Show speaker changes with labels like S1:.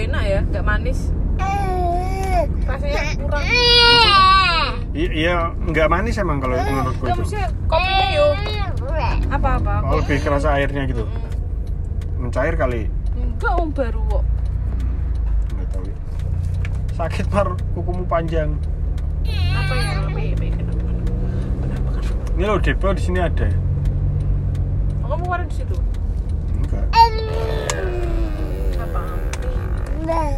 S1: ya nggak manis rasanya kurang
S2: I- iya nggak manis emang kalau menurutku
S1: nggak ya?
S2: itu
S1: maksudnya kopinya yuk apa apa
S2: oh, lebih kerasa airnya gitu mencair kali
S1: enggak om baru kok
S2: nggak tahu ya. sakit par kukumu panjang
S1: apa yang lebih baik kenapa
S2: ini loh depo di sini ada ya?
S1: Oh, kamu kemarin di situ
S2: enggak
S1: apa